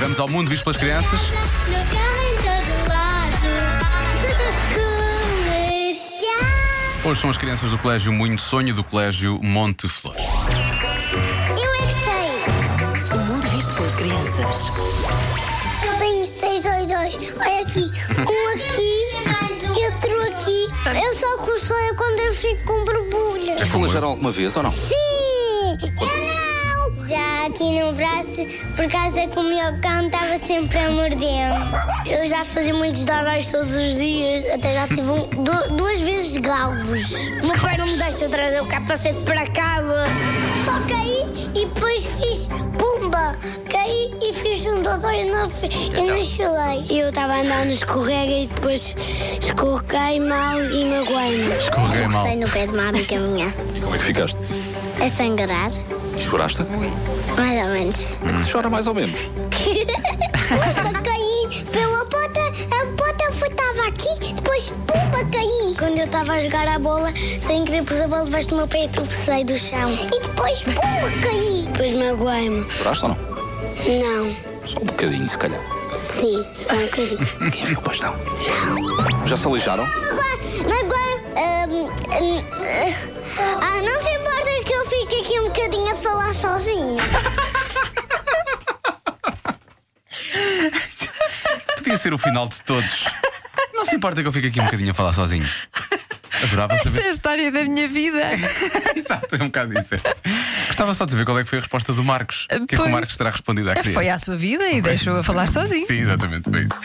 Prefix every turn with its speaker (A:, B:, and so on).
A: Vamos ao mundo visto pelas crianças. Hoje são as crianças do Colégio Moinho de Sonho e do Colégio Monte Flor.
B: Eu é que sei.
C: O mundo visto pelas crianças.
B: Eu tenho seis doidões. Olha aqui. Um aqui e outro aqui. Eu só coçoio quando eu fico com
D: É
B: borbulhas.
D: Falajaram alguma vez ou não?
B: Sim! Eu não! Já aqui no braço, por causa que o meu cão estava sempre a morder-me. Eu já fazia muitos donuts todos os dias, até já tive um- du- duas vezes galvos. O meu pai não me deixa trazer o capacete para casa. Só caí e depois fiz pumba! Caí e fiz um dodó e não, fi- e não chulei. Eu estava a andar no escorrega e depois escorreguei mal e magoei-me.
A: Escorreguei mal.
B: Passei no pé de uma amiga minha.
D: E como é que ficaste?
B: A sangrar,
D: Choraste?
B: É
D: É
B: mais ou menos.
D: Se chora mais ou menos.
B: Pumba, caí pela pota, a pota foi- tava aqui, depois pumba, caí. Quando eu estava a jogar a bola, sem querer pus a bola debaixo do meu pé e tropecei do chão. E depois pumba, caí. Depois magoei-me.
D: Choraste ou não?
B: Não,
D: Só um bocadinho, se calhar.
B: sim, só um bocadinho.
D: Quem viu o bastão? Já se aleijaram?
B: Magoei-me. hum, Ah, não se importa que eu fique aqui um bocadinho a falar sozinho.
A: Podia ser o final de todos. Não se importa que eu fique aqui um bocadinho a falar sozinho. Adorava
E: Esta
A: saber.
E: é a história da minha vida.
A: Exato, é um bocado isso. Gostava só de saber qual é que foi a resposta do Marcos. O que é que o
E: Pois.
A: Marcos terá respondido à criança?
E: Foi à sua vida e deixou-a falar sozinho.
A: Sim, exatamente, foi isso.